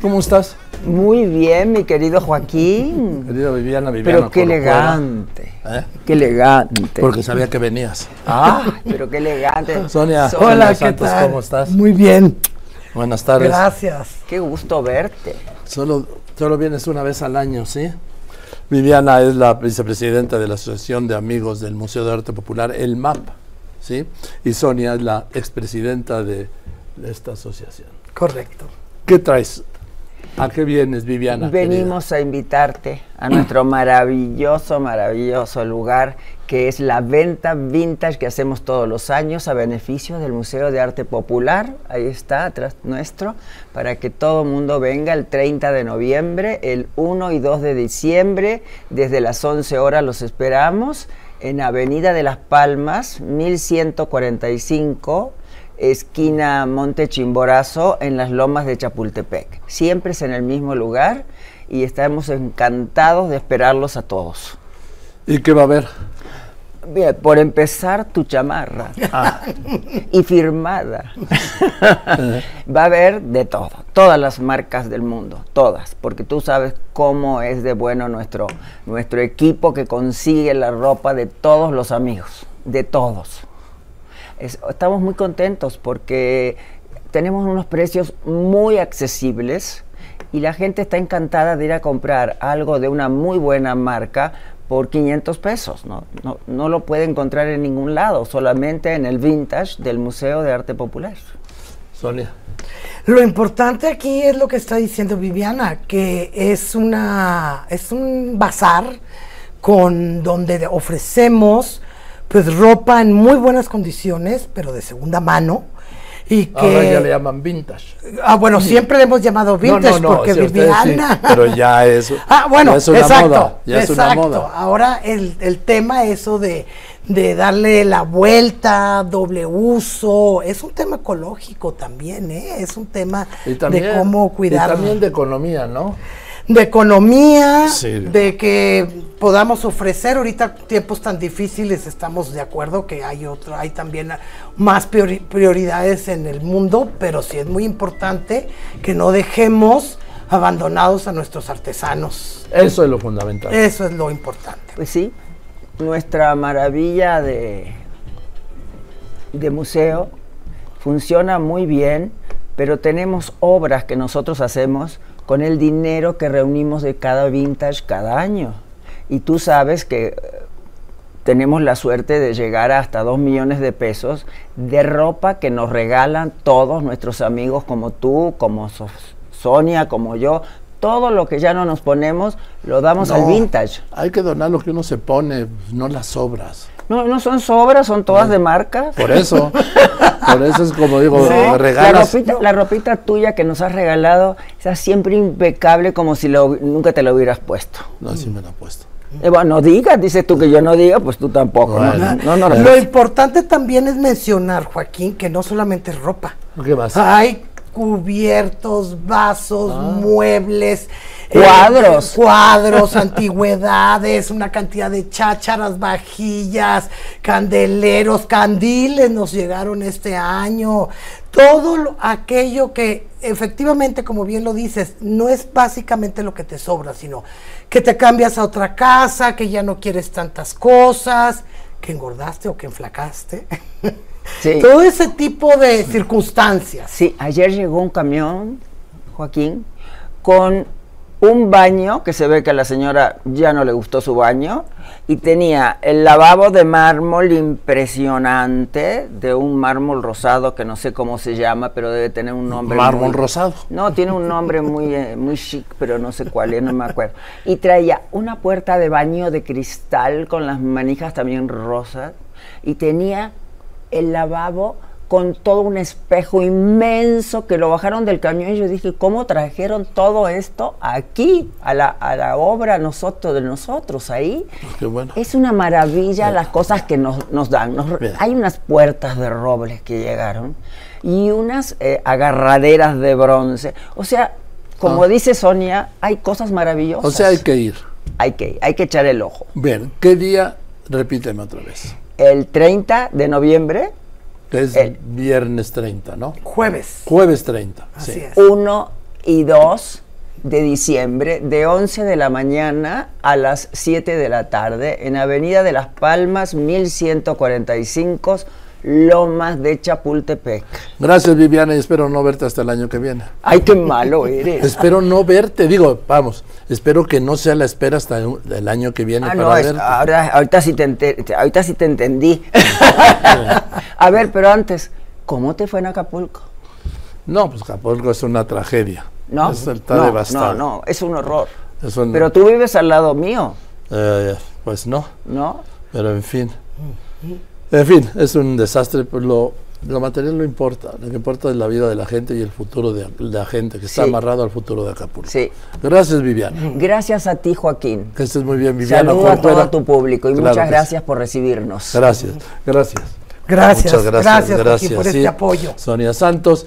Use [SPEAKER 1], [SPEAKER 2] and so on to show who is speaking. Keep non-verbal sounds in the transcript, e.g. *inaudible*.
[SPEAKER 1] ¿Cómo estás?
[SPEAKER 2] Muy bien, mi querido Joaquín.
[SPEAKER 1] Querida Viviana, Viviana.
[SPEAKER 2] Pero qué
[SPEAKER 1] Coro
[SPEAKER 2] elegante.
[SPEAKER 1] Cueva. ¿Eh?
[SPEAKER 2] Qué elegante.
[SPEAKER 1] Porque sabía que venías.
[SPEAKER 2] Ah, pero qué elegante.
[SPEAKER 1] Sonia, Sonia
[SPEAKER 3] Hola, ¿qué
[SPEAKER 1] Santos,
[SPEAKER 3] tal?
[SPEAKER 1] ¿cómo estás?
[SPEAKER 3] Muy bien,
[SPEAKER 1] Buenas tardes.
[SPEAKER 3] gracias.
[SPEAKER 2] Qué gusto verte.
[SPEAKER 1] Solo, solo vienes una vez al año, ¿sí? Viviana es la vicepresidenta de la Asociación de Amigos del Museo de Arte Popular, el MAP, ¿sí? Y Sonia es la expresidenta de, de esta asociación.
[SPEAKER 3] Correcto.
[SPEAKER 1] ¿Qué traes? ¿A qué vienes, Viviana? querida?
[SPEAKER 2] Venimos a invitarte a nuestro maravilloso, maravilloso lugar que es la venta vintage que hacemos todos los años a beneficio del Museo de Arte Popular. Ahí está, atrás nuestro, para que todo el mundo venga el 30 de noviembre, el 1 y 2 de diciembre, desde las 11 horas los esperamos en Avenida de las Palmas, 1145 esquina Monte Chimborazo, en las lomas de Chapultepec. Siempre es en el mismo lugar y estamos encantados de esperarlos a todos.
[SPEAKER 1] ¿Y qué va a haber?
[SPEAKER 2] Bien, por empezar, tu chamarra. *laughs* Y firmada. Va a haber de todo, todas las marcas del mundo, todas, porque tú sabes cómo es de bueno nuestro, nuestro equipo que consigue la ropa de todos los amigos, de todos. Es- estamos muy contentos porque tenemos unos precios muy accesibles y la gente está encantada de ir a comprar algo de una muy buena marca por 500 pesos. No, no, no lo puede encontrar en ningún lado, solamente en el vintage del Museo de Arte Popular.
[SPEAKER 1] Sonia.
[SPEAKER 3] Lo importante aquí es lo que está diciendo Viviana, que es una es un bazar con donde de- ofrecemos pues ropa en muy buenas condiciones, pero de segunda mano y que
[SPEAKER 1] Ahora ya le llaman vintage.
[SPEAKER 3] Ah, bueno, siempre le hemos llamado vintage porque
[SPEAKER 1] sí, ustedes sí,
[SPEAKER 3] Viviana.
[SPEAKER 1] pero ya es,
[SPEAKER 3] *laughs* Ah, bueno,
[SPEAKER 1] ya es una
[SPEAKER 3] exacto,
[SPEAKER 1] moda. Ya es una
[SPEAKER 3] exacto.
[SPEAKER 1] moda.
[SPEAKER 3] Ahora el, el tema eso de, de darle la vuelta, doble uso, es un tema ecológico también, ¿eh? Es un tema
[SPEAKER 1] Y también,
[SPEAKER 3] de cómo cuidar
[SPEAKER 1] Y también de economía, ¿no?
[SPEAKER 3] de economía,
[SPEAKER 1] Sí.
[SPEAKER 3] de que podamos ofrecer ahorita tiempos tan difíciles, estamos de acuerdo que hay otro, hay también más priori- prioridades en el mundo, pero sí es muy importante que no dejemos abandonados a nuestros artesanos.
[SPEAKER 1] Eso es lo fundamental.
[SPEAKER 3] Eso es lo importante.
[SPEAKER 2] Pues sí, nuestra maravilla de, de museo funciona muy bien, pero tenemos obras que nosotros hacemos con el dinero que reunimos de cada vintage cada año. Y tú sabes que eh, tenemos la suerte de llegar hasta 2 millones de pesos de ropa que nos regalan todos nuestros amigos como tú, como So- Sonia, como yo. Todo lo que ya no nos ponemos lo damos al
[SPEAKER 1] No,
[SPEAKER 2] vintage.
[SPEAKER 1] Hay que donar lo que uno se pone, no las obras.
[SPEAKER 2] No, no son sobras, son todas de marca.
[SPEAKER 1] Por eso, por eso es como digo,
[SPEAKER 3] Sí.
[SPEAKER 2] La
[SPEAKER 1] regalas.
[SPEAKER 2] ropita, la ropita tuya que nos has regalado está siempre impecable como si lo- nunca te la hubieras puesto.
[SPEAKER 1] No, sí me la he puesto.
[SPEAKER 2] Eh, bueno, no digas, dices tú que yo no diga, pues tú tampoco. ¿no?
[SPEAKER 1] Mm. Bueno.
[SPEAKER 2] No, no, no.
[SPEAKER 3] Lo importante también es mencionar, Joaquín, que no solamente es ropa.
[SPEAKER 1] ¿Qué más?
[SPEAKER 3] Hay cubiertos, vasos, muebles,
[SPEAKER 2] Ah.
[SPEAKER 3] eh,
[SPEAKER 2] Cuadros. *laughs*
[SPEAKER 3] cuadros, antigüedades, una cantidad de chácharas, vajillas, candeleros, candiles nos llegaron este año. Todo lo- aquello que efectivamente, como bien lo dices, no es básicamente lo que te sobra, sino que te cambias a otra casa, que ya no quieres tantas cosas, que engordaste o que enflacaste.
[SPEAKER 2] Sí.
[SPEAKER 3] Todo ese tipo de circunstancias.
[SPEAKER 2] Sí, ayer llegó un camión, Joaquín, con un baño que se ve que a la señora ya no le gustó su baño y tenía el lavabo de mármol impresionante de un mármol rosado que no sé cómo se llama, pero debe tener un nombre
[SPEAKER 1] Mármol
[SPEAKER 2] muy-
[SPEAKER 1] rosado.
[SPEAKER 2] no, tiene un nombre muy, eh, muy chic, pero no sé cuál es, no me acuerdo. Y traía una puerta de baño de cristal con las manijas también rosas y tenía el lavabo con todo un espejo inmenso que lo bajaron del camión y yo dije, ¿cómo trajeron todo esto aquí, a la, a la obra nosotros de nosotros ahí?
[SPEAKER 1] Qué bueno.
[SPEAKER 2] Es una maravilla las cosas que nos, nos dan. Nos-
[SPEAKER 1] Mira.
[SPEAKER 2] hay unas puertas de robles que llegaron y unas eh, agarraderas de bronce. O sea, como
[SPEAKER 1] Ah.
[SPEAKER 2] dice Sonia, hay cosas maravillosas.
[SPEAKER 1] O sea, hay que ir.
[SPEAKER 2] hay que, hay que echar el ojo.
[SPEAKER 1] Bien, ¿qué día? Repíteme otra vez.
[SPEAKER 2] El 30 de noviembre,
[SPEAKER 1] Es
[SPEAKER 2] El-
[SPEAKER 1] viernes 30, ¿no?
[SPEAKER 3] Jueves.
[SPEAKER 1] Jueves 30.
[SPEAKER 3] Así
[SPEAKER 1] sí.
[SPEAKER 3] es.
[SPEAKER 2] 1 y 2 de diciembre de 11 de la mañana a las 7 de la tarde en Avenida de las Palmas 1145 Lomas de Chapultepec.
[SPEAKER 1] Gracias, Viviana, y espero no verte hasta el año que viene.
[SPEAKER 2] Ay, qué malo eres.
[SPEAKER 1] espero no verte, digo, vamos, espero que no sea la espera hasta el año que viene
[SPEAKER 2] Ah,
[SPEAKER 1] para
[SPEAKER 2] no, es-
[SPEAKER 1] verte.
[SPEAKER 2] ahora, ahorita, sí te enter- ahorita sí
[SPEAKER 1] *laughs*
[SPEAKER 2] te entendí. a ver, pero antes, ¿cómo te fue en Acapulco?
[SPEAKER 1] No, pues Acapulco es una tragedia.
[SPEAKER 2] No,
[SPEAKER 1] Es- está
[SPEAKER 2] no,
[SPEAKER 1] devastado.
[SPEAKER 2] no, no, es un horror.
[SPEAKER 1] Es un-
[SPEAKER 2] Pero tú vives al lado mío,
[SPEAKER 1] eh, pues no,
[SPEAKER 2] ¿no?
[SPEAKER 1] pero en fin. En fin, es un desastre. pues, Lo, lo material no importa. Lo que importa es la vida de la gente y el futuro de de la gente que está
[SPEAKER 2] Sí.
[SPEAKER 1] amarrado al futuro de Acapulco.
[SPEAKER 2] Sí.
[SPEAKER 1] Gracias, Viviana.
[SPEAKER 2] Gracias a ti, Joaquín.
[SPEAKER 1] Que estés muy bien, Viviana.
[SPEAKER 2] Saludo a todo
[SPEAKER 1] Corcuera.
[SPEAKER 2] tu público y
[SPEAKER 1] Claro que
[SPEAKER 2] muchas
[SPEAKER 1] sí.
[SPEAKER 2] gracias por recibirnos.
[SPEAKER 1] Gracias, gracias.
[SPEAKER 3] Gracias,
[SPEAKER 1] Muchas gracias,
[SPEAKER 3] gracias, Joaquín, por
[SPEAKER 1] sí.
[SPEAKER 3] este apoyo.
[SPEAKER 1] Sonia Santos.